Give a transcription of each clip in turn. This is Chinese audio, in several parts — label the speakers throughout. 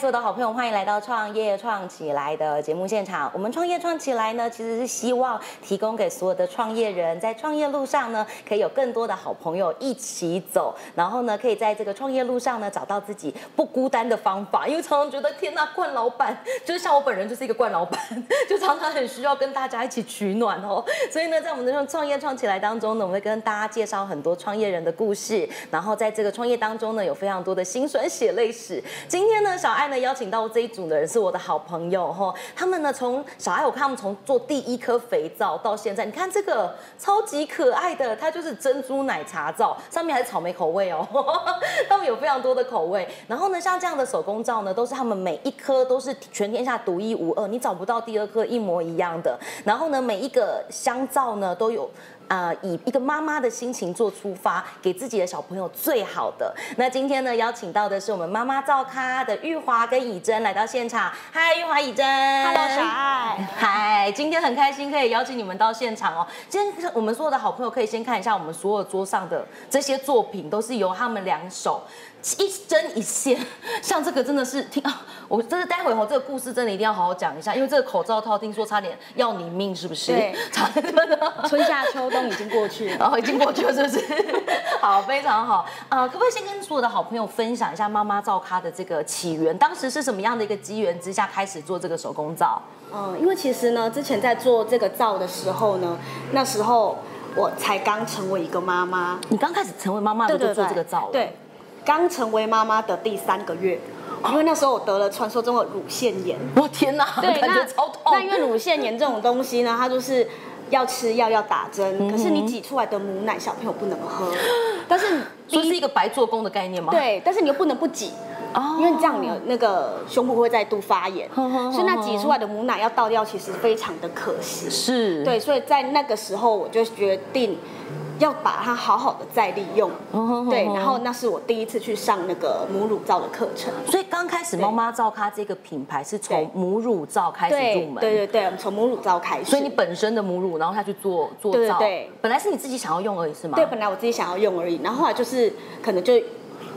Speaker 1: 所有的好朋友，欢迎来到《创业创起来》的节目现场。我们《创业创起来》呢，其实是希望提供给所有的创业人，在创业路上呢，可以有更多的好朋友一起走，然后呢，可以在这个创业路上呢，找到自己不孤单的方法。因为常常觉得，天呐，冠老板就是像我本人就是一个冠老板，就常常很需要跟大家一起取暖哦。所以呢，在我们的这种创业创起来当中呢，我们会跟大家介绍很多创业人的故事，然后在这个创业当中呢，有非常多的辛酸血泪史。今天呢，小爱呢邀请到这一组的人是我的好朋友哈，他们呢从小爱我看他们从做第一颗肥皂到现在，你看这个超级可爱的，它就是珍珠奶茶皂，上面还是草莓口味哦。他们有非常多的口味，然后呢，像这样的手工皂呢，都是他们每一颗都是全天下独一无二，你找不到第二颗一模一样的。然后呢，每一个香皂呢都有。呃，以一个妈妈的心情做出发，给自己的小朋友最好的。那今天呢，邀请到的是我们妈妈皂咖的玉华跟以真来到现场。嗨，玉华、以真。
Speaker 2: Hello，小爱。
Speaker 1: 嗨，今天很开心可以邀请你们到现场哦。今天我们所有的好朋友可以先看一下我们所有桌上的这些作品，都是由他们两手一针一线。像这个真的是听啊，我真的待会哦，这个故事真的一定要好好讲一下，因为这个口罩套听说差点要你命，是不是？
Speaker 2: 对，
Speaker 1: 差点的。
Speaker 2: 春夏秋冬已经过去了，
Speaker 1: 然后已经过去了，是不是？好，非常好。呃，可不可以先跟所有的好朋友分享一下妈妈皂咖的这个起源？当时是什么样的一个机缘之下开始做这个手工皂？
Speaker 2: 嗯，因为其实呢，之前在做这个皂的时候呢，那时候我才刚成为一个妈妈，
Speaker 1: 你刚开始成为妈妈的就做这个皂了，
Speaker 2: 对，刚成为妈妈的第三个月，因为那时候我得了传说中的乳腺炎，
Speaker 1: 我天哪，
Speaker 2: 对，
Speaker 1: 感觉
Speaker 2: 那
Speaker 1: 超痛
Speaker 2: 那。因为乳腺炎这种东西呢，它就是要吃药要打针，可是你挤出来的母奶小朋友不能喝，但是
Speaker 1: 所以是一个白做工的概念吗？，
Speaker 2: 对，但是你又不能不挤。
Speaker 1: 哦
Speaker 2: 因为这样你的那个胸部会再度发炎，
Speaker 1: 哼哼哼
Speaker 2: 所以那挤出来的母奶要倒掉，其实非常的可惜。
Speaker 1: 是，
Speaker 2: 对，所以在那个时候我就决定要把它好好的再利用。
Speaker 1: 嗯哼哼
Speaker 2: 对，
Speaker 1: 哼
Speaker 2: 然后那是我第一次去上那个母乳皂的课程。
Speaker 1: 所以刚开始妈妈皂咖这个品牌是从
Speaker 2: 对
Speaker 1: 母乳皂开始入
Speaker 2: 对
Speaker 1: 门，
Speaker 2: 对对对，我们从母乳皂开始。
Speaker 1: 所以你本身的母乳，然后她去做做
Speaker 2: 对对
Speaker 1: 皂，
Speaker 2: 对
Speaker 1: 本来是你自己想要用而已，是吗？
Speaker 2: 对，本来我自己想要用而已，然后后来就是可能就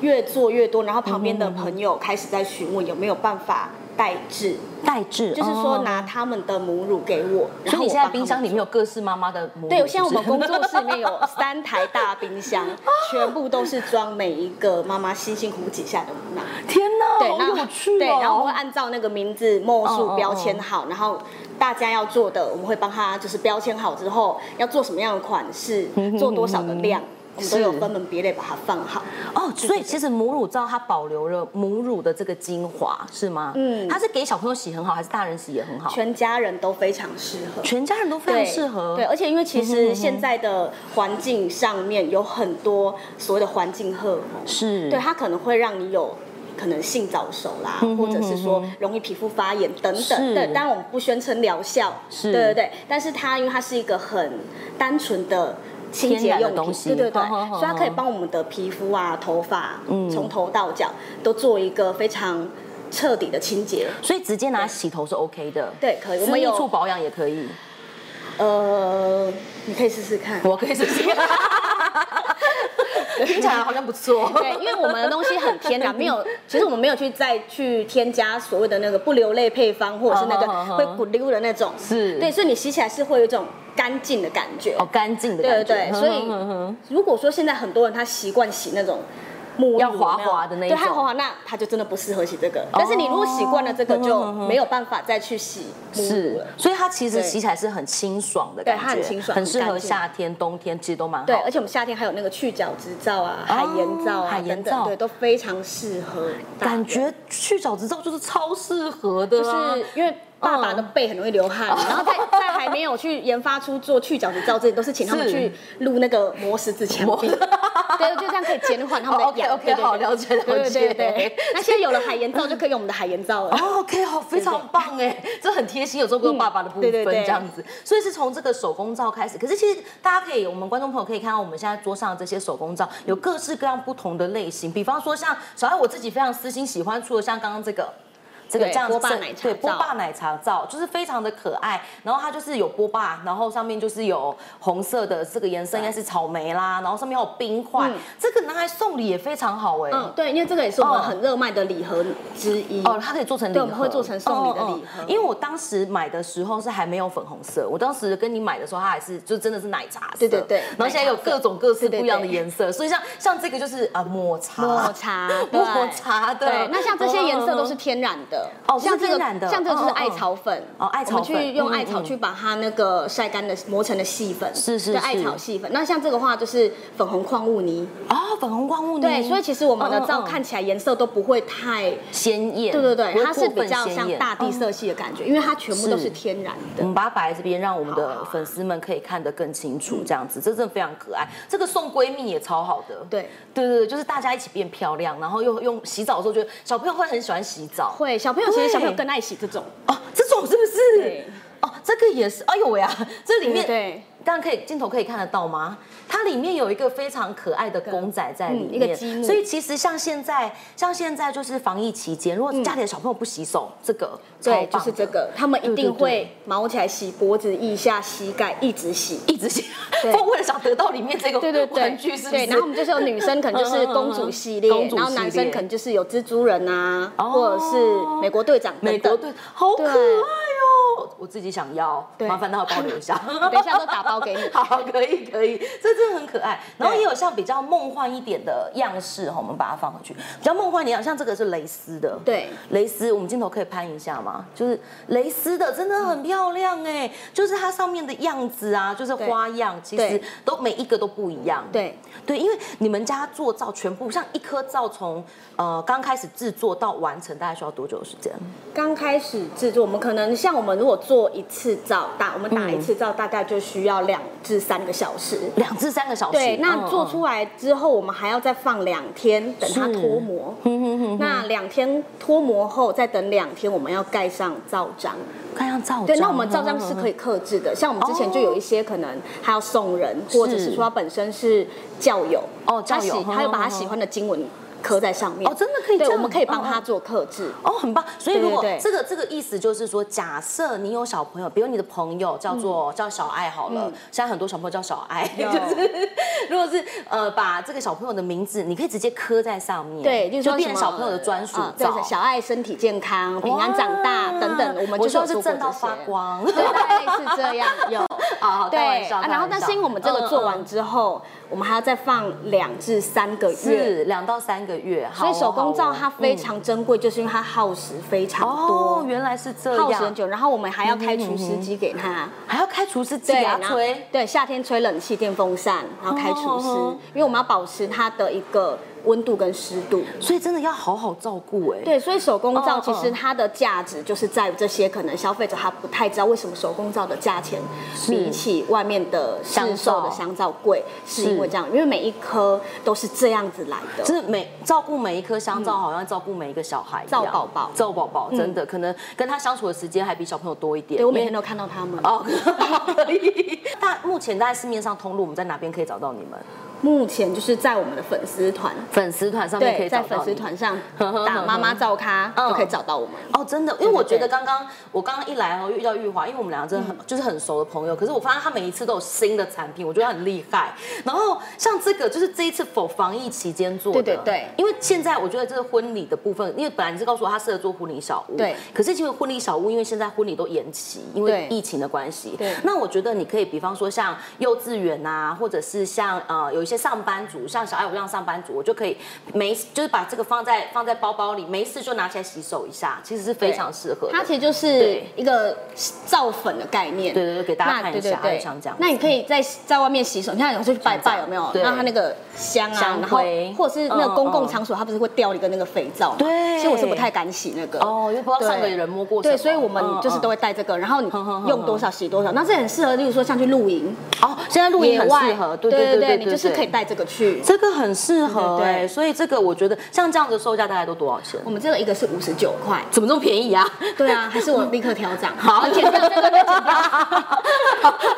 Speaker 2: 越做越多，然后旁边的朋友开始在询问有没有办法代制，
Speaker 1: 代制，
Speaker 2: 就是说
Speaker 1: 哦
Speaker 2: 拿他们的母乳给我。
Speaker 1: 所
Speaker 2: 然
Speaker 1: 以
Speaker 2: 后
Speaker 1: 你
Speaker 2: 我
Speaker 1: 现在
Speaker 2: 帮他
Speaker 1: 冰
Speaker 2: 们
Speaker 1: 箱里面有各式妈妈的母乳，
Speaker 2: 对，现在我 们
Speaker 1: 是不
Speaker 2: 工
Speaker 1: 是
Speaker 2: 作室里面有三台大冰箱，
Speaker 1: 哦
Speaker 2: 全部都是装每一个妈妈辛辛苦苦挤下的母奶。
Speaker 1: 天哪，
Speaker 2: 对，
Speaker 1: 好
Speaker 2: 那
Speaker 1: 有趣哦！
Speaker 2: 对，然后我们会按照那个名字、墨
Speaker 1: 嗯嗯
Speaker 2: 数标
Speaker 1: 嗯
Speaker 2: 签好，然后大家要做的，我们会帮他就是标签好之后，要做什么样的款式，
Speaker 1: 嗯
Speaker 2: 做多少的量，我们都有
Speaker 1: 是
Speaker 2: 分门别类把它放好。
Speaker 1: 哦，所以其实母乳皂它保留了母乳的这个精华，是吗？
Speaker 2: 嗯
Speaker 1: 它是给小朋友洗很好，还是大人洗也很好？
Speaker 2: 全家人都非常适合。
Speaker 1: 全家人都非
Speaker 2: 对
Speaker 1: 常适合。
Speaker 2: 对，而且因为其实现在的环境上面有很多所谓的环境荷尔蒙，
Speaker 1: 是，
Speaker 2: 对，它可能会让你有可能性早熟啦，
Speaker 1: 嗯
Speaker 2: 或者是说容易皮肤发炎等
Speaker 1: 是
Speaker 2: 等。对，当然我们不宣称疗效，
Speaker 1: 是
Speaker 2: 对对对，但是它因为它是一个很单纯的。清洁
Speaker 1: 天然的
Speaker 2: 用
Speaker 1: 东
Speaker 2: 品，
Speaker 1: 西
Speaker 2: 对对对，
Speaker 1: 哼哼哼
Speaker 2: 所以它可以帮我们的皮肤啊、头发，
Speaker 1: 嗯
Speaker 2: 从头到脚都做一个非常彻底的清洁。
Speaker 1: 所以直接拿洗头是 OK 的。
Speaker 2: 对，可以。我
Speaker 1: 私
Speaker 2: 们
Speaker 1: 密处
Speaker 2: 有
Speaker 1: 保养也可以，
Speaker 2: 呃，你可以试试看。
Speaker 1: 我可以试试。 听起来好像不错。
Speaker 2: 对，因为我们的东西很天然，没有，其实我们没有去再去添加所谓的那个不流泪配方，或者是那个
Speaker 1: 嗯嗯嗯嗯
Speaker 2: 会滚溜的那种，
Speaker 1: 是
Speaker 2: 对，所以你洗起来是会有一种干净的感觉。
Speaker 1: 好干净嗯的
Speaker 2: 对对
Speaker 1: 感觉。
Speaker 2: 对，所以如果说现在很多人他习惯洗那种。沐浴
Speaker 1: 要
Speaker 2: 乳
Speaker 1: 滑
Speaker 2: 有没有
Speaker 1: 滑的那一
Speaker 2: 对，它
Speaker 1: 种哦
Speaker 2: 滑滑，那它就真的不适合洗这个。但是你如果习惯了这个，
Speaker 1: 嗯
Speaker 2: 就没有办法再去洗沐浴乳
Speaker 1: 是
Speaker 2: 了。，
Speaker 1: 所以它其实
Speaker 2: 对
Speaker 1: 洗起来是很清爽的
Speaker 2: 对
Speaker 1: 感觉，
Speaker 2: 它很清爽
Speaker 1: 很适
Speaker 2: 很
Speaker 1: 合
Speaker 2: 干净
Speaker 1: 夏天、冬天，其实都蛮好。哦
Speaker 2: 对，而且我们夏天还有那个去角质皂啊、海盐皂啊
Speaker 1: 海
Speaker 2: 等
Speaker 1: 盐
Speaker 2: 等，
Speaker 1: 皂
Speaker 2: 对，都非常适合大
Speaker 1: 感
Speaker 2: 人。
Speaker 1: 觉去角质皂就是超适合的
Speaker 2: 就
Speaker 1: 啊、哦
Speaker 2: 是因为爸爸的背很容易流汗，然后在在还没有去研发出做去角质皂之前，都是请他们
Speaker 1: 是
Speaker 2: 去录那个磨石子墙壁，对，就这样可以减缓他们
Speaker 1: 哦，OK，
Speaker 2: 的痒。
Speaker 1: OK，
Speaker 2: 对对
Speaker 1: 好
Speaker 2: 对
Speaker 1: 了解了
Speaker 2: 对对
Speaker 1: 解
Speaker 2: 对对对。那现在有了海盐皂，就可以用我们的海盐皂了。
Speaker 1: 哦 OK，好，非常棒哎，这很贴心，有做过爸爸的部分
Speaker 2: 嗯对对对
Speaker 1: 这样子，所以是从这个手工皂开始。可是其实大家可以，我们观众朋友可以看到，我们现在桌上的这些手工皂有各式各样不同的类型，比方说像小爱我自己非常私心喜欢，除了像刚刚这个。这个
Speaker 3: 对
Speaker 1: 这样子
Speaker 3: 波霸
Speaker 1: 正
Speaker 3: 奶茶
Speaker 1: 对波
Speaker 3: 皂
Speaker 1: 霸奶茶皂就是非常的可爱，然后它就是有波霸，然后上面就是有红色的这个颜色应该是草莓啦，然后上面还有冰块，
Speaker 2: 嗯
Speaker 1: 这个拿来送礼也非常好哎、
Speaker 2: 嗯，对，因为这个也是我们
Speaker 1: 哦
Speaker 2: 很热卖的礼盒之一。
Speaker 1: 哦，它可以做成礼盒，哦
Speaker 2: 对我们会做成送礼的礼盒
Speaker 1: 因为我当时买的时候是还没有粉红色，我当时跟你买的时候，它还是就真的是奶茶色，
Speaker 2: 对对对
Speaker 1: 然后现在有各种各式
Speaker 2: 奶茶色
Speaker 1: 不一样的颜色，所以像像这个就是啊抹茶，
Speaker 2: 抹 茶，对
Speaker 1: 抹茶的
Speaker 2: 对，那像这些颜色都是
Speaker 1: 嗯
Speaker 2: 天然的，
Speaker 1: 哦
Speaker 2: 像这
Speaker 1: 是
Speaker 2: 个
Speaker 1: 天然的
Speaker 2: 像这个就是
Speaker 1: 哦哦哦
Speaker 2: 艾草粉，
Speaker 1: 哦艾草粉
Speaker 2: 我们去用
Speaker 1: 嗯
Speaker 2: 艾草
Speaker 1: 嗯
Speaker 2: 去把它那个晒干的磨成的细粉，
Speaker 1: 是是
Speaker 2: 对
Speaker 1: 是
Speaker 2: 艾草细粉。那像这个话就是粉红矿物泥，
Speaker 1: 哦粉红光物泥，
Speaker 2: 对，所以其实我们的皂
Speaker 1: 嗯嗯嗯
Speaker 2: 看起来颜色都不会太，
Speaker 1: 鲜艳，
Speaker 2: 对对对
Speaker 1: 不，会
Speaker 2: 它是
Speaker 1: 过分
Speaker 2: 比较
Speaker 1: 鲜
Speaker 2: 像
Speaker 1: 艳嗯
Speaker 2: 大地。色系的感觉，因为它全部都
Speaker 1: 是嗯
Speaker 2: 是天然
Speaker 1: 我
Speaker 2: 的。
Speaker 1: 们把它摆在这边，让我们
Speaker 2: 好啊
Speaker 1: 的
Speaker 2: 好啊
Speaker 1: 粉丝们可以看得更清楚，这样子，这真的非常可爱。这个送闺蜜也超好的，
Speaker 2: 对
Speaker 1: 对对对，就是大家一起变漂亮，然后又用洗澡的时候，觉得小朋友会很喜欢洗澡，
Speaker 2: 会，小朋友其实
Speaker 1: 对
Speaker 2: 小朋友更爱洗这种，
Speaker 1: 哦，这种是不是
Speaker 2: 对？
Speaker 1: 哦，这个也是。哎呦喂啊， 这里面
Speaker 2: 对对
Speaker 1: 当然可以，镜头可以看得到吗？它里面有一个非常可爱的公仔在里面，
Speaker 2: 嗯一个积木
Speaker 1: 所以其实像现在，像现在就是防疫期间，如果家里的小朋友不洗手，这个超
Speaker 2: 嗯对，就
Speaker 1: 棒
Speaker 2: 是
Speaker 1: 的
Speaker 2: 这个，他们
Speaker 1: 对
Speaker 2: 一
Speaker 1: 对
Speaker 2: 定
Speaker 1: 对
Speaker 2: 会毛起来洗脖子、腋下、膝盖，一直洗。
Speaker 1: 一直洗，
Speaker 2: 对
Speaker 1: 我为了想得到里面这个
Speaker 2: 对对对，
Speaker 1: 玩具，是不是？
Speaker 2: 对，然后我们就是有女生可能就是公主系
Speaker 1: 嗯
Speaker 2: 列，
Speaker 1: 嗯嗯嗯
Speaker 2: 然后男
Speaker 1: 公主系列
Speaker 2: 生可能就是有蜘蛛人啊，
Speaker 1: 哦
Speaker 2: 或者是美国队长
Speaker 1: 美
Speaker 2: 等
Speaker 1: 国
Speaker 2: 等。
Speaker 1: 队好可爱哦，我自己想要，
Speaker 2: 对
Speaker 1: 麻烦他帮我留下，
Speaker 2: 等一下都打 包给你
Speaker 1: 好，可以可以，这真的很可爱。然后
Speaker 2: 对
Speaker 1: 也有像比较梦幻一点的样式，哈我们把它放回去，比较梦幻一点，像这个是蕾丝的，
Speaker 2: 对，
Speaker 1: 蕾丝，我们镜头可以拍一下吗？就是蕾丝的，真的很漂亮哎，就是它上面的样子啊，就是
Speaker 2: 对
Speaker 1: 花样，其实
Speaker 2: 对
Speaker 1: 都每一个都不一样，
Speaker 2: 对
Speaker 1: 对，因为你们家做皂全部像一颗皂从呃刚开始制作到完成，大概需要多久的时间？
Speaker 2: 刚开始制作，我们可能像我们如果做一次皂打，我们打一次皂大概就需要两至三个小时。
Speaker 1: 两至三个小时。
Speaker 2: 对，那
Speaker 1: 嗯
Speaker 2: 做
Speaker 1: 嗯
Speaker 2: 出来之后，我们还要再放两天，等它
Speaker 1: 是
Speaker 2: 脱模。
Speaker 1: 嗯
Speaker 2: 那两天脱模后，再等两天，我们要盖上皂章。
Speaker 1: 看像照
Speaker 2: 对，那我们照章是可
Speaker 1: 以
Speaker 2: 以克制
Speaker 1: 嗯
Speaker 2: 的，像我们之前就有一些可能还要送人，或者是说他本身是教友
Speaker 1: 哦教
Speaker 2: 他
Speaker 1: 友
Speaker 2: 喜
Speaker 1: 哼
Speaker 2: 他有把他
Speaker 1: 哼哼
Speaker 2: 喜欢的经文刻在上面
Speaker 1: 哦真的可以
Speaker 2: 对，
Speaker 1: 这
Speaker 2: 我
Speaker 1: 样
Speaker 2: 们可以帮
Speaker 1: 哦
Speaker 2: 他
Speaker 1: 哦
Speaker 2: 做克制。
Speaker 1: 哦，很棒。所以如果
Speaker 2: 对对对
Speaker 1: 这个这个意思就是说，假设你有小朋友，比如你的朋友叫做、叫小爱好了，现在很多小朋友叫小爱，
Speaker 2: 嗯 有
Speaker 1: 就是如果是呃把这个小朋友的名字，你可以直接刻在上面，
Speaker 2: 对，就是
Speaker 1: 就
Speaker 2: 说
Speaker 1: 变成
Speaker 2: 什么
Speaker 1: 小朋友的专属
Speaker 2: 啊对
Speaker 1: 照。
Speaker 2: 小爱身体健康、平安长大
Speaker 1: 哇
Speaker 2: 等等，我们
Speaker 1: 我
Speaker 2: 就
Speaker 1: 希
Speaker 2: 是
Speaker 1: 望
Speaker 2: 有
Speaker 1: 是
Speaker 2: 做过
Speaker 1: 正
Speaker 2: 这
Speaker 1: 到
Speaker 2: 些
Speaker 1: 发。光。
Speaker 2: 对，大概是这样，有
Speaker 1: 啊，好，
Speaker 2: 对
Speaker 1: 开玩笑。
Speaker 2: 啊
Speaker 1: 开
Speaker 2: 然后
Speaker 1: 玩
Speaker 2: 但
Speaker 1: 笑
Speaker 2: 是因为我们这个
Speaker 1: 嗯
Speaker 2: 做
Speaker 1: 嗯
Speaker 2: 完之后，我们还要再放两至三个月，
Speaker 1: 是两到三个月，好
Speaker 2: 所
Speaker 1: 哦
Speaker 2: 以手工
Speaker 1: 嗯好
Speaker 2: 皂
Speaker 1: 哦
Speaker 2: 它非常珍贵，就是因为它耗时非常
Speaker 1: 哦
Speaker 2: 多，，
Speaker 1: 原来是这
Speaker 2: 耗时很
Speaker 1: 样，
Speaker 2: 久，然后我们还要开除湿机给它。
Speaker 1: 还要开除湿机
Speaker 2: 嗯对，
Speaker 1: 给它
Speaker 2: 然后
Speaker 1: 吹。
Speaker 2: 对，夏天吹冷气、电风扇，然后开除
Speaker 1: 哦
Speaker 2: 湿
Speaker 1: 哦哦，
Speaker 2: 因为我们要保持它的一个温度跟湿度。
Speaker 1: 所以真的要好好照顾哎、，
Speaker 2: 对，所以手工
Speaker 1: 哦哦
Speaker 2: 皂其实它的价值就是在于这些可能消费者他不太知道为什么手工皂的价钱比起外面的
Speaker 1: 香
Speaker 2: 市售的
Speaker 1: 皂
Speaker 2: 香皂贵，是因为这样，因为每一颗都是这样子来的。
Speaker 1: 就是每照顾每一颗香皂，好像照顾每一个小孩一样。
Speaker 2: 照宝宝
Speaker 1: 照宝嗯宝，真的、可能跟他相处的时间还比小朋友多一点。
Speaker 2: 对，我每
Speaker 1: 因为
Speaker 2: 天都看到他们。
Speaker 1: 哦， 可 以。大目前大概市面上通路，我们在哪边可以找到你们？
Speaker 2: 目前就是在我们的粉丝团，
Speaker 1: 粉丝团上面可
Speaker 2: 对，
Speaker 1: 以找到
Speaker 2: 在粉丝
Speaker 1: 你们
Speaker 2: 团上
Speaker 1: 呵呵呵
Speaker 2: 打“妈妈照咖”
Speaker 1: 嗯
Speaker 2: 就可以找到我们。
Speaker 1: 哦，真的，因为我觉
Speaker 2: 对对对嗯
Speaker 1: 得刚刚我刚刚一来哦，遇到玉华，因为我们两个真的很、就是很熟的朋友，可是我发现他每一次都有新的产品，我觉得他很厉害。然后像这个就是这一次否防疫期间做的，
Speaker 2: 对对对
Speaker 1: 因为现在我觉得这个婚礼的部分，因为本来你是告诉我他适合做婚礼小屋，
Speaker 2: 对
Speaker 1: 可是因为婚礼小屋，因为现在婚礼都延期，因为
Speaker 2: 对
Speaker 1: 疫情的关系，
Speaker 2: 对
Speaker 1: 那我觉得你可以比方说像幼稚园啊，或者是像呃有一些上班族，像小爱我这样上班族，我就可以没事就是把这个放在放在包包里，没事就拿起来洗手一下，其实是非常适合的。
Speaker 2: 它其实就是
Speaker 1: 对
Speaker 2: 一个造粉的概念。
Speaker 1: 对对对给大家
Speaker 2: 那
Speaker 1: 看一
Speaker 2: 对对
Speaker 1: 下
Speaker 2: 对
Speaker 1: 就像这样
Speaker 2: 那你可以在在外面洗手，你看有时候去拜
Speaker 1: 这样
Speaker 2: 拜有没有？
Speaker 1: 对
Speaker 2: 那它那个香啊，
Speaker 1: 香
Speaker 2: 然后
Speaker 1: 灰
Speaker 2: 或者是那
Speaker 1: 嗯
Speaker 2: 个公
Speaker 1: 嗯
Speaker 2: 共场所，它不是会掉一个那个肥皂嘛？
Speaker 1: 对
Speaker 2: 其实我是不太敢洗那个。
Speaker 1: 哦，又不知道上个人摸过什么
Speaker 2: 对，所以我们就是都
Speaker 1: 嗯
Speaker 2: 会带这个，然后你
Speaker 1: 哼哼哼
Speaker 2: 用多少洗多少。那这很适合，例如说像去露营，
Speaker 1: 嗯哦，现在露营很适合，对
Speaker 2: 对
Speaker 1: 对对
Speaker 2: 你就是可以。带这个去。
Speaker 1: 这个很适合
Speaker 2: 对对
Speaker 1: 哎、
Speaker 2: 对
Speaker 1: 所以这个我觉得像这样的售价大概都多少钱？
Speaker 2: 我们这个一个是五十九 块，
Speaker 1: 怎么这么便宜啊？
Speaker 2: 对啊，还是我立刻调涨，
Speaker 1: 好
Speaker 2: 剪掉这个，剪掉。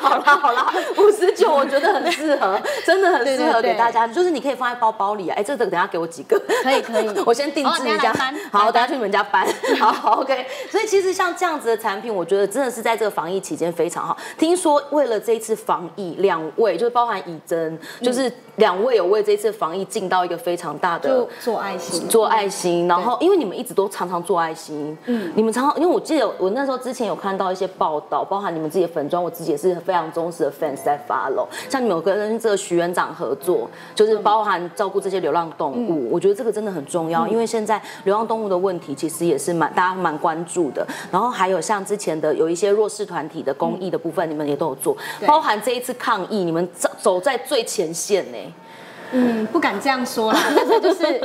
Speaker 1: 好啦好啦，五十九我觉得很适 合，真的很适合
Speaker 2: 对对对
Speaker 1: 给大家，就是你可以放在包包里啊。哎，这个等一下给我几个，
Speaker 2: 可以可以
Speaker 1: 我先定制一下
Speaker 2: 哦等一下来搬。
Speaker 1: 好，
Speaker 2: 来搬
Speaker 1: 等一下去你们家搬。 好好，OK。所以其实像这样子的产品，我觉得真的是在这个防疫期间非常好。听说为了这一次防疫，两位就是包含以真，就是两位有为这一次防疫尽到一个非常大的
Speaker 2: 嗯就做爱心，
Speaker 1: 做爱心，然后因为你们一直都常常做爱心，嗯，你们常常，因为我记得我那时候之前有看到一些报道，包含你们自己的粉妆，我自己也是非常忠实的 fans 在 follow，像你
Speaker 2: 嗯
Speaker 1: 们有跟这个徐园长合作，就是包含照顾这些流浪动物，
Speaker 2: 嗯
Speaker 1: 我觉得这个真的很重要，因为现在流浪动物的问题其实也是蛮大家蛮关注的，然后还有像之前的有一些弱势团体的公益的部分，你们也都有做，
Speaker 2: 嗯对
Speaker 1: 包含这一次抗疫，你们走走在最前线呢、
Speaker 2: 嗯，不敢这样说啦， 但是就是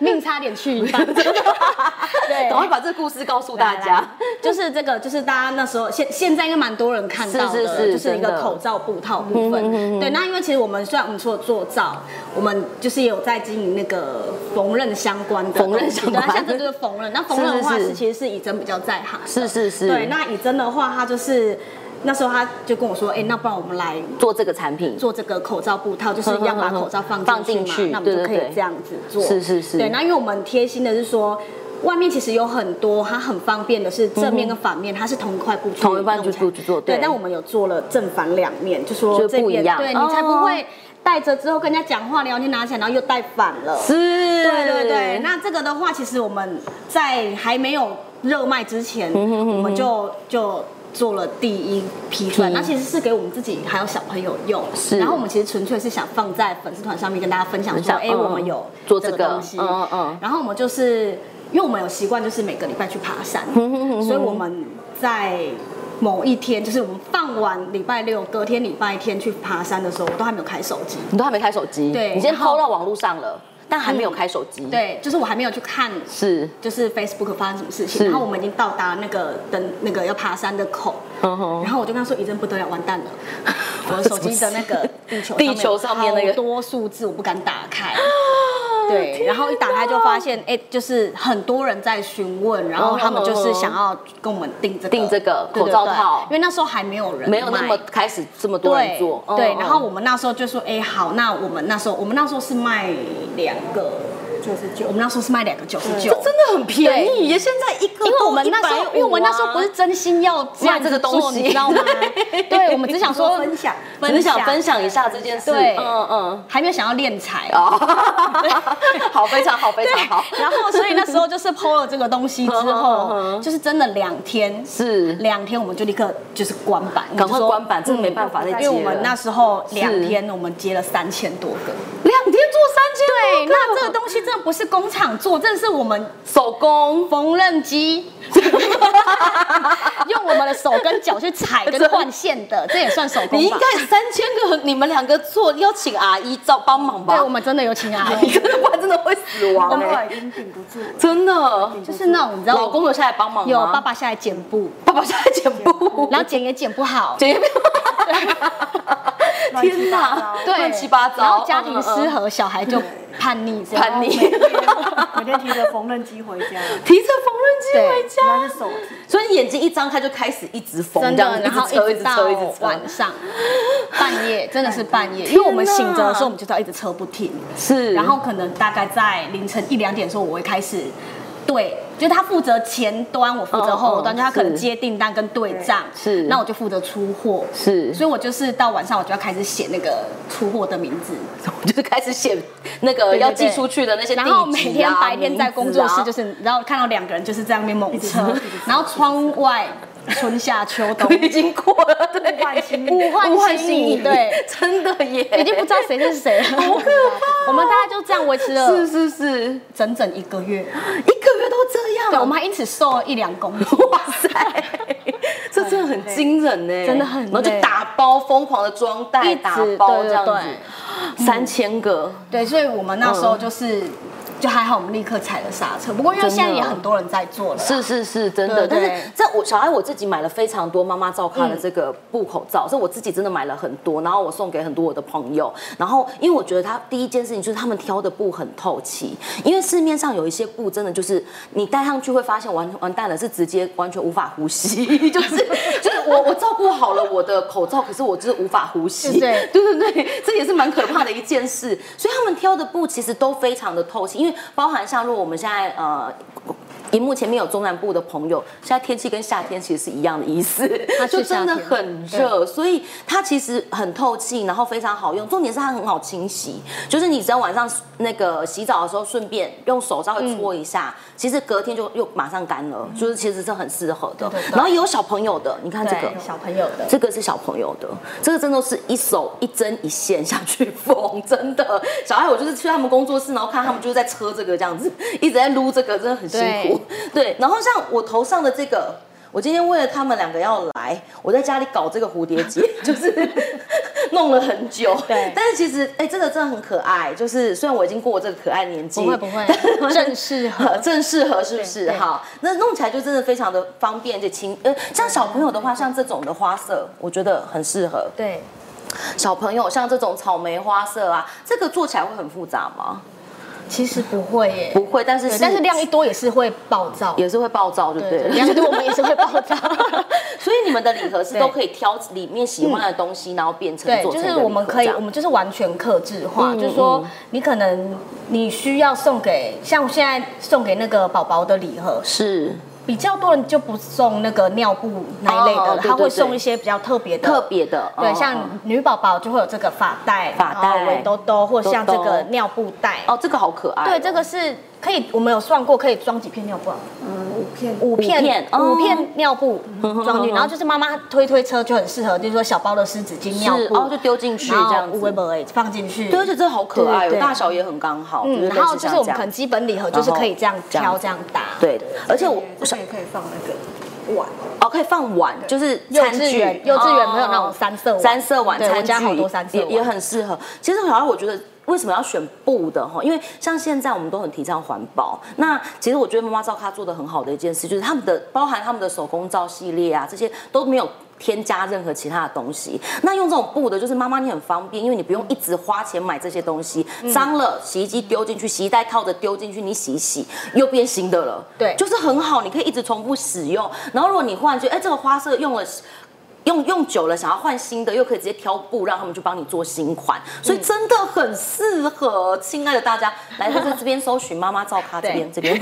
Speaker 2: 命差点去一半， 对
Speaker 1: 赶快把这个故事告诉大家。
Speaker 2: 就是这个，就是大家那时候现现在应该蛮多人看到的，
Speaker 1: 是是是
Speaker 2: 就是一
Speaker 1: 真
Speaker 2: 个
Speaker 1: 的嗯
Speaker 2: 口罩布套部分。对，那因为其实我们虽然我们除了做造，我们就是也有在经营那个缝纫相关的
Speaker 1: 缝纫
Speaker 2: 东西
Speaker 1: 相关
Speaker 2: 对，那像这就是缝纫。那缝纫的话
Speaker 1: 是是
Speaker 2: 是其实是以真比较在行的，
Speaker 1: 是是是
Speaker 2: 对，那以真的话，他就是那时候他就跟我说，哎、那不然我们来
Speaker 1: 做这个产品，
Speaker 2: 做这个口罩布套，就是一样把口罩放
Speaker 1: 放
Speaker 2: 进
Speaker 1: 进
Speaker 2: 去嘛，
Speaker 1: 去
Speaker 2: 那我们就可以
Speaker 1: 对对对
Speaker 2: 这样子做。
Speaker 1: 是是是
Speaker 2: 对，那因为我们贴心的是说。外面其实有很多，它很方便的是正面跟反面，它是同一块布去
Speaker 1: 同一块
Speaker 2: 弄起来
Speaker 1: 布去做
Speaker 2: 对
Speaker 1: 对，
Speaker 2: 但我们有做了正反两面，就说
Speaker 1: 就是
Speaker 2: 这
Speaker 1: 不一
Speaker 2: 边
Speaker 1: 样
Speaker 2: 对
Speaker 1: 哦
Speaker 2: 你才不会戴着之后跟人家讲话聊天拿起来，然后又戴反了。
Speaker 1: 是，对
Speaker 2: 对对对，那这个的话，其实我们在还没有热卖之
Speaker 1: 嗯
Speaker 2: 前，我们就就做了第一批出来，
Speaker 1: 批
Speaker 2: 那其实是给我们自己还有小朋友用。
Speaker 1: 嗯是
Speaker 2: 然后我们其实纯粹是想放在粉丝团上面跟大家分享
Speaker 1: 分
Speaker 2: 说，
Speaker 1: 享
Speaker 2: 哎、
Speaker 1: 嗯
Speaker 2: 我们有
Speaker 1: 做
Speaker 2: 这
Speaker 1: 这个
Speaker 2: 东西，
Speaker 1: 嗯嗯嗯
Speaker 2: 然后我们就是因为我们有习惯，就是每个礼拜去爬山，
Speaker 1: 嗯
Speaker 2: 所以我们在。某一天，就是我们放完礼拜六，隔天礼拜天去爬山的时候，我都还没有开手机。
Speaker 1: 你都还没开手机，
Speaker 2: 对
Speaker 1: 你先
Speaker 2: 然后嗯
Speaker 1: 抛到网络上了，但还没有开手机，，
Speaker 2: 对，就是我还没有去看
Speaker 1: 是，
Speaker 2: 就是 Facebook 发生什么事情，
Speaker 1: 是
Speaker 2: 然后我们已经到达那个登那个要爬山的口，
Speaker 1: 嗯哼，
Speaker 2: 然后我就跟他说：“一阵不得了，完 蛋了！我的手机的那个地球
Speaker 1: 地球上面那个
Speaker 2: 好多数字我不敢打 开。”对，然后一打开就发现，哎，就是很多人在询问，然后他们就是想要跟我们订这个
Speaker 1: 订这个
Speaker 2: 对对对
Speaker 1: 口罩套
Speaker 2: 因为那时候还没有人
Speaker 1: 没有那么
Speaker 2: 卖
Speaker 1: 开始这么多人
Speaker 2: 对
Speaker 1: 做，嗯
Speaker 2: 对，
Speaker 1: 嗯
Speaker 2: 然后我们那时候就说，哎，好，那我们那时候我们那时候是卖两个九十九，我们那时候是卖两个九十九，
Speaker 1: 这真的很便宜耶，现在一个
Speaker 2: 因为我们那时候，因为我们那时候不是真心要这样子做
Speaker 1: 卖这个东西
Speaker 2: 你知道吗？对，我 们只想说
Speaker 1: 分
Speaker 2: 享
Speaker 1: 只是想分，享一下这件事，
Speaker 2: 对
Speaker 1: 嗯 嗯，
Speaker 2: 还没有想要练财
Speaker 1: 哦， 好，非常 好，非常好，
Speaker 2: 然后，所以那时候就是 PO 了这个东西之
Speaker 1: 嗯嗯
Speaker 2: 后，
Speaker 1: 嗯
Speaker 2: 就是真的两天，
Speaker 1: 是，
Speaker 2: 两天我们就立刻就是关板，
Speaker 1: 赶快
Speaker 2: 我们就说嗯
Speaker 1: 关板真的没办法再接了
Speaker 2: 因为我们那时候两
Speaker 1: 是
Speaker 2: 天，我们接了三千多个。
Speaker 1: 两天做三千，
Speaker 2: 对，那这个东西真的不是工厂做，真的是我们
Speaker 1: 手工。
Speaker 2: 缝纫机，用我们的手跟脚去踩跟换线 的，这也算手工吧？
Speaker 1: 你应该三千个，你们两个做，邀请阿姨照帮忙吧。
Speaker 2: 对，我们真的有请阿
Speaker 1: 一
Speaker 2: 姨，
Speaker 1: 个 的话真的会死亡哎、
Speaker 3: 经顶不住了。
Speaker 1: 真的。
Speaker 2: 就是那种你知道，
Speaker 1: 老公有下来帮忙吗？
Speaker 2: 有爸爸下来剪 布，
Speaker 1: 爸爸下来剪布，
Speaker 2: 然后剪也剪不好，
Speaker 1: 剪也没有。
Speaker 3: 乱七八糟
Speaker 1: 天哪，
Speaker 2: 对，
Speaker 1: 乱七八糟，
Speaker 2: 然后家庭失
Speaker 1: 嗯。嗯
Speaker 2: 和，小孩就叛逆这样，
Speaker 1: 叛逆
Speaker 3: 每天每天提着缝纫机回家，
Speaker 1: 嗯提着缝纫机
Speaker 2: 对
Speaker 1: 回
Speaker 3: 原
Speaker 1: 家，
Speaker 3: 来是手提，
Speaker 1: 所以你眼睛一张开就开始一直缝，
Speaker 2: 真
Speaker 1: 这样
Speaker 2: 的，
Speaker 1: 子
Speaker 2: 然后
Speaker 1: 一直车，一直
Speaker 2: 到
Speaker 1: 车，一直车
Speaker 2: 晚，上半夜， 真的是半夜，因为我们醒着的时候，我们就知道一直车不停，
Speaker 1: 是。
Speaker 2: 然后可能大概在凌晨一两点的时候，我会开始对，就是他负责前端，我负责后端，
Speaker 1: 嗯嗯
Speaker 2: 就他可能
Speaker 1: 是
Speaker 2: 接订单跟对账，
Speaker 1: 是
Speaker 2: 那我就负责出货，
Speaker 1: 是
Speaker 2: 所以我就是到晚上我就要开始写那个出货的名字，
Speaker 1: 就是开始写那个
Speaker 2: 对对
Speaker 1: 呃要寄出去的那些地
Speaker 2: 然
Speaker 1: 址啊
Speaker 2: 后每天白天在工作室，
Speaker 1: 名
Speaker 2: 就
Speaker 1: 字啊
Speaker 2: 是然后看到两个人就是在那边猛
Speaker 3: 直
Speaker 2: 车
Speaker 3: 喝一直，
Speaker 2: 然后窗外春夏秋冬
Speaker 1: 啊已经过了， 对，
Speaker 3: 物换新
Speaker 2: 物换
Speaker 1: 物换
Speaker 2: 新
Speaker 1: 新
Speaker 2: 意，
Speaker 1: 意，
Speaker 2: 对，，
Speaker 1: 真的耶，
Speaker 2: 已经不知道谁 是谁了，好可怕！我们大概就这样维持
Speaker 1: 哦是
Speaker 2: 了
Speaker 1: 是是，
Speaker 2: 整整一个月，
Speaker 1: 一个月都这样，
Speaker 2: 对，我们还因此瘦了一两公斤。
Speaker 1: 哇塞，这真的很惊人呢，
Speaker 2: 真的很累
Speaker 1: 然后就打包疯狂的装袋，
Speaker 2: 一直
Speaker 1: 打包这样
Speaker 2: 对对
Speaker 1: 子，三千个，
Speaker 2: 对，所以我们那时候就是。就还好，我们立刻踩了刹车。不过
Speaker 1: 嗯
Speaker 2: 因为
Speaker 1: 真的
Speaker 2: 现在也很多人在做了，
Speaker 1: 是是是，真的。
Speaker 2: 对嗯
Speaker 1: 但
Speaker 2: 对
Speaker 1: 是这我小爱我自己买了非常多妈妈照咖的这个布口罩，这、我自己真的买了很多，然后我送给很多我的朋友。然后因为我觉得它第一件事情就是他们挑的布很透气，因为市面上有一些布真的就是你戴上去会发现完完蛋了，是直接完全无法呼吸， 就是就是我我照顾好了我的口罩，可是我就是无法呼吸。
Speaker 2: 对
Speaker 1: 对对对，这也是蛮可怕的一件事。所以他们挑的布其实都非常的透气，因为为包含像如果我们现在呃。荧幕前面有中南部的朋友，现在天气跟夏天其实是一样的意思
Speaker 4: 它，是
Speaker 1: 就真的
Speaker 4: 夏天
Speaker 1: 很热，所以它其实很透气，然后非常好用。重点是它很好清洗，就是你只要晚上那个洗澡的时候，顺便用手稍微搓一下，
Speaker 4: 嗯
Speaker 1: 其实隔天就又马上干了，就是其实是很适合的。然后有小朋友的，你看啊这个
Speaker 2: 对，小朋友的，
Speaker 1: 这个是小朋友的，这个真的是一手一针一线下去缝，真的。 小孩我就是去他们工作室，然后看他们就是在车这个这样子，一直在撸这个，真的很辛苦。对，然后像我头上的这个。我今天为了他们两个要来，我在家里搞这个蝴蝶结， 就是弄了很久。
Speaker 2: 对
Speaker 1: 但是其实，哎、这个真的很可爱。就是虽然我已经过我这个可爱年纪，
Speaker 2: 不会不会
Speaker 1: 但是，
Speaker 2: 正适合。
Speaker 1: 呃正适合是不是？
Speaker 2: 嗯对对
Speaker 1: 好，那弄起来就真的非常的方便，就轻呃，像小朋友的话，像这种的花色，我觉得很适合
Speaker 2: 对，
Speaker 1: 小朋友，像这种草莓花色啊，这个做起来会很复杂吗？
Speaker 2: 其实不会耶，
Speaker 1: 不会，但是
Speaker 2: 对但是量一多也是会暴躁，
Speaker 1: 也是会暴躁，就对
Speaker 2: 对，
Speaker 1: 了。
Speaker 2: 量一多我们也是会暴躁。
Speaker 1: 所以你们的礼盒是
Speaker 2: 对
Speaker 1: 都可以挑里面喜欢的东西，然后变成
Speaker 2: 对，
Speaker 1: 做
Speaker 2: 就
Speaker 1: 成一个
Speaker 2: 是我们可以
Speaker 1: 礼，盒这
Speaker 2: 我
Speaker 1: 样
Speaker 2: 们就是完全克制化，
Speaker 1: 嗯
Speaker 2: 就是说你可能你需要送给，像我现在送给那个宝宝的礼盒，
Speaker 1: 是
Speaker 2: 比较多人就不送那个尿布那一类
Speaker 1: 哦
Speaker 2: 的，
Speaker 1: 对对
Speaker 2: 他会
Speaker 1: 对
Speaker 2: 送一些比较特别的，
Speaker 1: 特别的，
Speaker 2: 对，
Speaker 1: 嗯
Speaker 2: 像女宝宝就会有这个发带、
Speaker 1: 发带
Speaker 2: 然后围兜兜，或者像这
Speaker 1: 兜
Speaker 2: 个
Speaker 1: 兜
Speaker 2: 尿布袋。
Speaker 1: 哦，这个好可爱哦，
Speaker 2: 对，这个是可以，我们有算过，可以装几片尿布啊？
Speaker 3: 嗯，五片
Speaker 2: 五片，
Speaker 1: 五片哦嗯
Speaker 2: 五片尿布装进去，然后就是妈妈推推车就很适合，就是说小包的湿纸巾尿
Speaker 1: 是
Speaker 2: 布，
Speaker 1: 哦，就丢进去
Speaker 2: 然后
Speaker 1: 这样子，
Speaker 2: 微博放进去，
Speaker 1: 对，而且这好可爱
Speaker 2: 对
Speaker 1: 哦，
Speaker 2: 对
Speaker 1: 大小也很刚好。
Speaker 2: 嗯，
Speaker 1: 是
Speaker 2: 然后
Speaker 1: 类似
Speaker 2: 就
Speaker 1: 像
Speaker 2: 是我们
Speaker 1: 这样
Speaker 2: 可能基本礼盒就是可以这样
Speaker 1: 然后
Speaker 2: 挑这样搭，
Speaker 1: 对，而且我我
Speaker 3: 这
Speaker 1: 想
Speaker 3: 边也可以放那个碗，
Speaker 1: 哦，可以放碗，就是
Speaker 2: 幼
Speaker 1: 餐
Speaker 2: 稚
Speaker 1: 具
Speaker 2: 园，幼稚园
Speaker 1: 哦
Speaker 2: 没有那种三色碗
Speaker 1: 三色碗
Speaker 2: 对
Speaker 1: 餐具，
Speaker 2: 我家好多三色碗
Speaker 1: 也也很适合。其实小孩我觉得。为什么要选布的哈？因为像现在我们都很提倡环保。那其实我觉得妈妈造咖做的很好的一件事，就是他们的包含他们的手工皂系列啊，这些都没有添加任何其他的东西。那用这种布的，就是妈妈你很方便，因为你不用一直花钱买这些东西，脏了洗衣机丢进去，洗衣袋套着丢进去，你洗一洗又变新的了。
Speaker 2: 对
Speaker 1: 就是很好，你可以一直重复使用。然后如果你换就哎这个花色用了。用用久了，想要换新的，又可以直接挑布，让他们去帮你做新款，所
Speaker 2: 嗯
Speaker 1: 以真的很适合，亲爱的大家，来在这边搜寻妈妈照咖这边这边，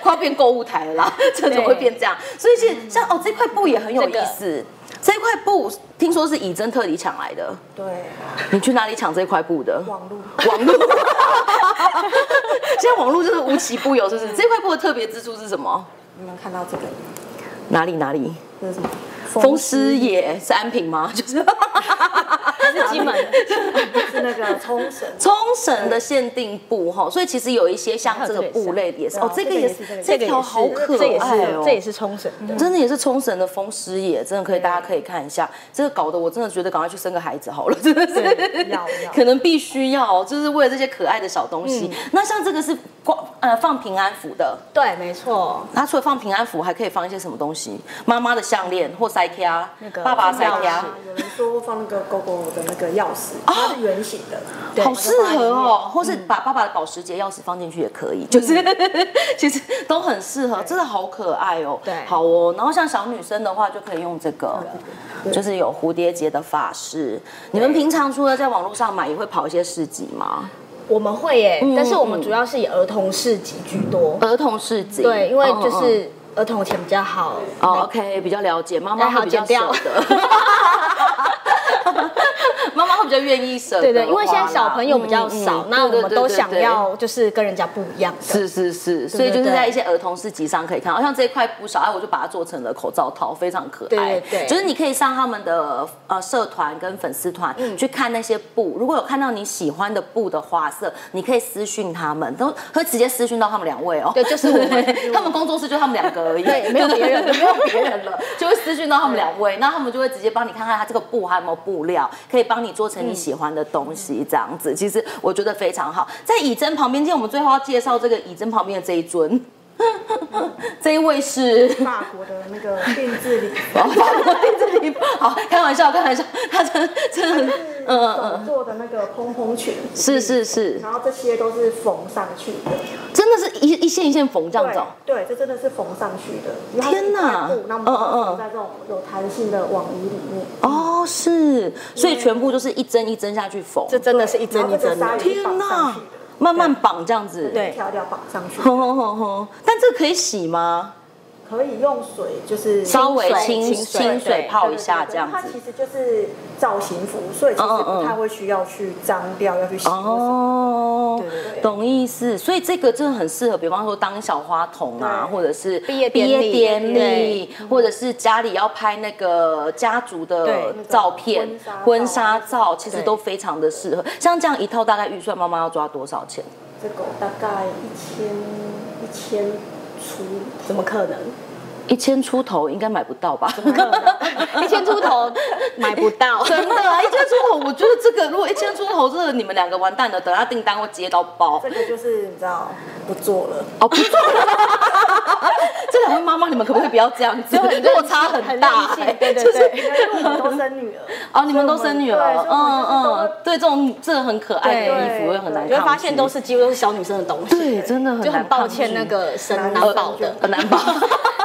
Speaker 1: 快要变购物台了啦，真的
Speaker 2: 对嗯
Speaker 1: 会变这样。所以其实像哦这块布也很有
Speaker 2: 这
Speaker 1: 意
Speaker 2: 个
Speaker 1: 思，这块布听说是以真特地抢来的，
Speaker 3: 对，
Speaker 1: 你去哪里抢这块布的？
Speaker 3: 网路
Speaker 1: 网络， 现在网络真的无奇不有，是不是？这块布的特别之处是什么？
Speaker 3: 你们看到这个
Speaker 1: 哪里哪里？
Speaker 3: 这是什么？
Speaker 1: 风师爷是安平 吗？就是
Speaker 2: 还是基本
Speaker 3: 是那个冲绳，
Speaker 1: 冲绳的限定布哈，所以其实有一些像这个布类的也是
Speaker 3: 还
Speaker 1: 哦
Speaker 2: 啊
Speaker 3: 有，
Speaker 1: 这
Speaker 3: 这
Speaker 1: 个
Speaker 3: 个
Speaker 1: 也
Speaker 3: 也
Speaker 1: 是
Speaker 3: 是这个也
Speaker 1: 这
Speaker 3: 是
Speaker 1: 条好可
Speaker 2: 这也
Speaker 1: 爱
Speaker 2: 是
Speaker 1: 哦，
Speaker 2: 这也是冲绳的，
Speaker 1: 真的也是冲绳的风师爷，真的可以，大家可以看一下。这个搞得我真的觉得赶快去生个孩子好了，真的是
Speaker 3: 要要
Speaker 1: 可能必须要，哦就是为了这些可爱的小东西。
Speaker 2: 嗯
Speaker 1: 那像这个是挂呃放平安符的，
Speaker 2: 对，没错，
Speaker 1: 它除了放平安符，还可以放一些什么东西？妈妈的项链或塞卡
Speaker 2: 那，个
Speaker 1: 爸爸塞
Speaker 2: 钥匙
Speaker 1: 卡，
Speaker 3: 有人说放那个狗狗的那个钥匙，它是圆形的，
Speaker 2: 对
Speaker 1: 好适合哦，或
Speaker 2: 嗯
Speaker 1: 是把爸爸的保时捷钥匙放进去也可以，就是 其实都很适合，真的好可爱哦。
Speaker 2: 对
Speaker 1: 好哦。然后像小女生的话，就可以用这个，就是有蝴蝶结的发饰。你们平常除了在网络上买，也会跑一些市集吗？
Speaker 2: 我们会耶，但是我们
Speaker 1: 嗯
Speaker 2: 主要是以儿童市集居多，
Speaker 1: 儿童市集，
Speaker 2: 对，因为就
Speaker 1: 嗯嗯嗯
Speaker 2: 是儿童钱比较好，
Speaker 1: 哦，OK，比较了解，妈妈
Speaker 2: 哎好
Speaker 1: 会比较
Speaker 2: 剪
Speaker 1: 舍
Speaker 2: 掉
Speaker 1: 得。 妈妈会比较愿意舍得花啦，
Speaker 2: 对对，因为现在小朋友比较少，
Speaker 1: 嗯嗯
Speaker 2: 那我
Speaker 1: 对对
Speaker 2: 们
Speaker 1: 对
Speaker 2: 都
Speaker 1: 对
Speaker 2: 想
Speaker 1: 对
Speaker 2: 要就是跟人家不一样的，
Speaker 1: 是是是，所以就是在一些儿童市集上可以看到，像这一块不少，哎，我就把它做成了口罩套，非常可爱。
Speaker 2: 对对对
Speaker 1: 就是你可以上他们的呃社团跟粉丝团、
Speaker 2: 嗯
Speaker 1: 去看那些布，如果有看到你喜欢的布的花色，你可以私讯他们，都会直接私讯到他们两位哦。
Speaker 2: 对就是 我们
Speaker 1: 他们工作室就他们两个而已，
Speaker 2: 对没有别人
Speaker 1: 没有别人了，就会私讯到他们两位，那他们就会直接帮你看看他这个布还有没有布料，可以帮你做成你喜欢的东西，这样子，其实我觉得非常好。在以真旁边，今天我们最后要介绍这个以真旁边的这一尊，这一位是。
Speaker 3: 法国的那个定制 礼
Speaker 1: 我在这里好，开玩笑，开玩笑，他真真的，嗯嗯嗯，
Speaker 3: 手做的那个蓬蓬裙，
Speaker 1: 是是是，
Speaker 3: 然后这些都是缝上去的，
Speaker 1: 真的是一一线一线缝这样
Speaker 3: 对
Speaker 1: 子哦。
Speaker 3: 对，这真的是缝上去的，因为它
Speaker 1: 天哪
Speaker 3: 是一块布那我们
Speaker 1: 嗯嗯嗯
Speaker 3: 缝在这种有弹性的网衣里面，
Speaker 1: 哦，是，所以全部就是一针一针下去缝。
Speaker 2: 这真的是一
Speaker 3: 然
Speaker 2: 针
Speaker 3: 后
Speaker 2: 一
Speaker 3: 这个
Speaker 2: 针的
Speaker 3: 纱。也是绑上去的。
Speaker 1: 慢慢绑这样子。
Speaker 3: 一条条绑上去，
Speaker 1: 哼哼哼哼，哦但这可以洗吗？
Speaker 3: 可以用水就是
Speaker 1: 稍微
Speaker 3: 清
Speaker 1: 清
Speaker 3: 水
Speaker 1: 清水泡一下
Speaker 3: 对对对
Speaker 1: 这样
Speaker 3: 它
Speaker 1: 子
Speaker 3: 其。实就是造型服，所以其
Speaker 1: 嗯
Speaker 3: 实
Speaker 1: 嗯嗯
Speaker 3: 不太会需要去脏掉，要去洗或什么。
Speaker 1: 哦
Speaker 3: 对对，对
Speaker 1: 懂意思。所以这个真的很适合，比方说当小花童啊，
Speaker 3: 对
Speaker 1: 或者是
Speaker 5: 毕业典礼
Speaker 1: 典
Speaker 5: 对
Speaker 1: 礼，嗯或者是家里要拍那个家族
Speaker 5: 对
Speaker 1: 的
Speaker 3: 那种
Speaker 1: 照片
Speaker 3: 婚纱、照
Speaker 1: 婚纱照，其实
Speaker 3: 对
Speaker 1: 都非常的适合。像这样一套大概预算，妈妈要抓多少钱？
Speaker 3: 这狗大概一千一千出，
Speaker 2: 怎么可能？
Speaker 1: 一千出头应该买不 到吧？
Speaker 5: 一千出 头买不到，
Speaker 1: 真的啊，一千出头，我觉得这个如果一千出头，这个你们两个完蛋了，等下订单会接到包
Speaker 3: 这。个就是你知道不做了。
Speaker 1: 哦，不错。 这两位妈妈，你们可不可以不要这样 子？ 落差 很大、
Speaker 5: 很任性对对
Speaker 1: 就是
Speaker 3: 因为我们都 生女儿，
Speaker 1: 哦，你们都生女儿，
Speaker 3: 对所以我们就是
Speaker 1: 嗯
Speaker 3: 都
Speaker 1: 嗯，对，这种这种很可爱的衣
Speaker 3: 对
Speaker 1: 服会很难
Speaker 3: 对
Speaker 1: 抗拒，
Speaker 2: 你会发现都是几乎都是小女生的东西，
Speaker 1: 对，真的很
Speaker 5: 就很
Speaker 1: 难
Speaker 5: 抱
Speaker 1: 抗拒
Speaker 5: 歉那个生
Speaker 3: 难
Speaker 2: 呃
Speaker 5: 难保的。
Speaker 1: 很 难保。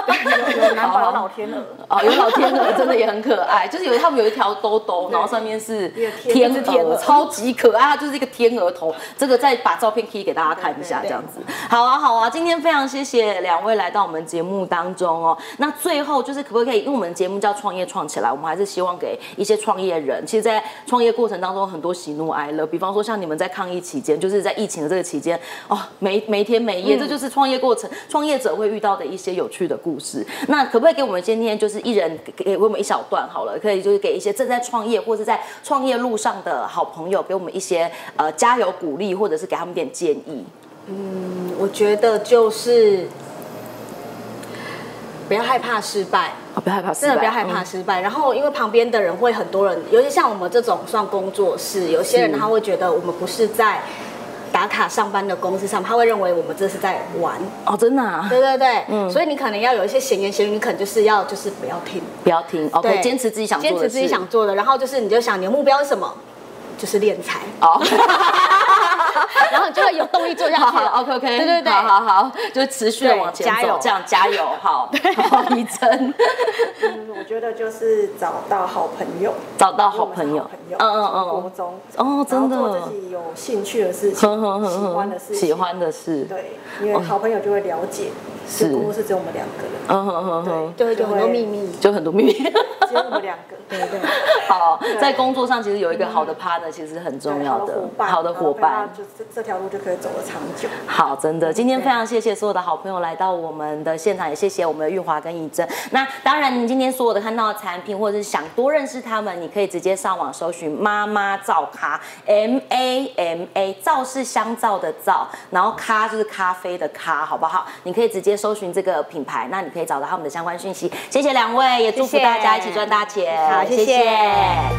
Speaker 3: 有有 难
Speaker 1: 好
Speaker 3: 保
Speaker 1: 好
Speaker 3: 老天鹅。
Speaker 1: 哦，有老天鹅真的也很可爱，就是有他们有一条兜兜，然后上面是
Speaker 3: 也有
Speaker 1: 天
Speaker 3: 天鹅
Speaker 1: 鹅，超级可爱，它就是一个天鹅头。这个再把照片可以给大家看一下，这样子。好啊，好啊，今天非常谢谢两位来到我们节目当中哦。那最后就是可不可以，因为我们节目叫创业创起来，我们还是希望给一些创业人，其实，在创业过程当中很多喜怒哀乐，比方说像你们在抗疫期间，就是在疫情的这个期间，哦，没没天没夜，这就是创业过程，创业者会遇到的一些有趣的故事。那可不可以给我们今天就是一人给给我们一小段好了？可以就是给一些正在创业或是在创业路上的好朋友，给我们一些呃加油鼓励，或者是给他们点建议。
Speaker 2: 我觉得就是不要害怕失败，
Speaker 1: 哦，不要害怕失败，
Speaker 2: 真的不要害怕失败。然后，因为旁边的人会很多人，尤其像我们这种算工作室，有些人
Speaker 1: 是
Speaker 2: 他会觉得我们不是在打卡上班的公司上，他会认为我们这是在玩。
Speaker 1: 哦，真的、啊、
Speaker 2: 对对对，所以你可能要有一些闲言闲语，你可能就是要就是不要听，
Speaker 1: 不要听，OK，
Speaker 2: 对
Speaker 1: 哦坚持自己想做
Speaker 2: 坚
Speaker 1: 的事，
Speaker 2: 持自己想做的，然后就是你就想你的目标是什么，就是练财。
Speaker 1: 哦。
Speaker 5: 然后你就会有动力做下去
Speaker 1: 好
Speaker 5: 了。
Speaker 1: 好，OK OK，
Speaker 5: 对对对，
Speaker 1: 好好好，就是持续的
Speaker 2: 对
Speaker 1: 往前
Speaker 2: 加
Speaker 1: 走
Speaker 2: 油，
Speaker 1: 这样加油，好， 好，怡珍，
Speaker 3: 嗯，我觉得就是找到好朋友，
Speaker 1: 找到啊好朋
Speaker 3: 因为
Speaker 1: 友
Speaker 3: 我们是好朋友，
Speaker 1: 嗯嗯嗯
Speaker 3: 从国中
Speaker 1: 哦真的
Speaker 3: 然后做自己有兴趣的事情，
Speaker 1: 呵呵呵
Speaker 3: 喜
Speaker 1: 呵
Speaker 3: 欢的事情，
Speaker 1: 嗯喜欢的事，
Speaker 3: 对，因为好朋友就会了解，
Speaker 1: 是
Speaker 3: 这公司只有我们两个人，
Speaker 1: 嗯哼哼哼，
Speaker 2: 对，就很多秘密。
Speaker 1: 就很多秘密。
Speaker 3: 只有我们两个，对对，
Speaker 1: 好，在工作上其实有一个好的 partner 其实是很重要的，好
Speaker 3: 好
Speaker 1: 的
Speaker 3: 的
Speaker 1: 伙
Speaker 3: 伙
Speaker 1: 伴
Speaker 3: 伴，然后陪他，就是这这条路就可以走得长久。
Speaker 1: 好，真的，今天非常谢谢所有的好朋友来到我们的现场，也谢谢我们的玉华跟怡珍。那当然，你今天所有的看到的产品，或者是想多认识他们，你可以直接上网搜寻“妈妈皂咖 ”，M A M A，皂是香皂的皂，然后咖就是咖啡的咖，好不好？你可以直接搜寻这个品牌，那你可以找到他们的相关讯息。谢谢两位，也祝福
Speaker 5: 谢谢
Speaker 1: 大家一起赚大
Speaker 5: 好
Speaker 1: 钱。
Speaker 5: 谢谢
Speaker 1: 谢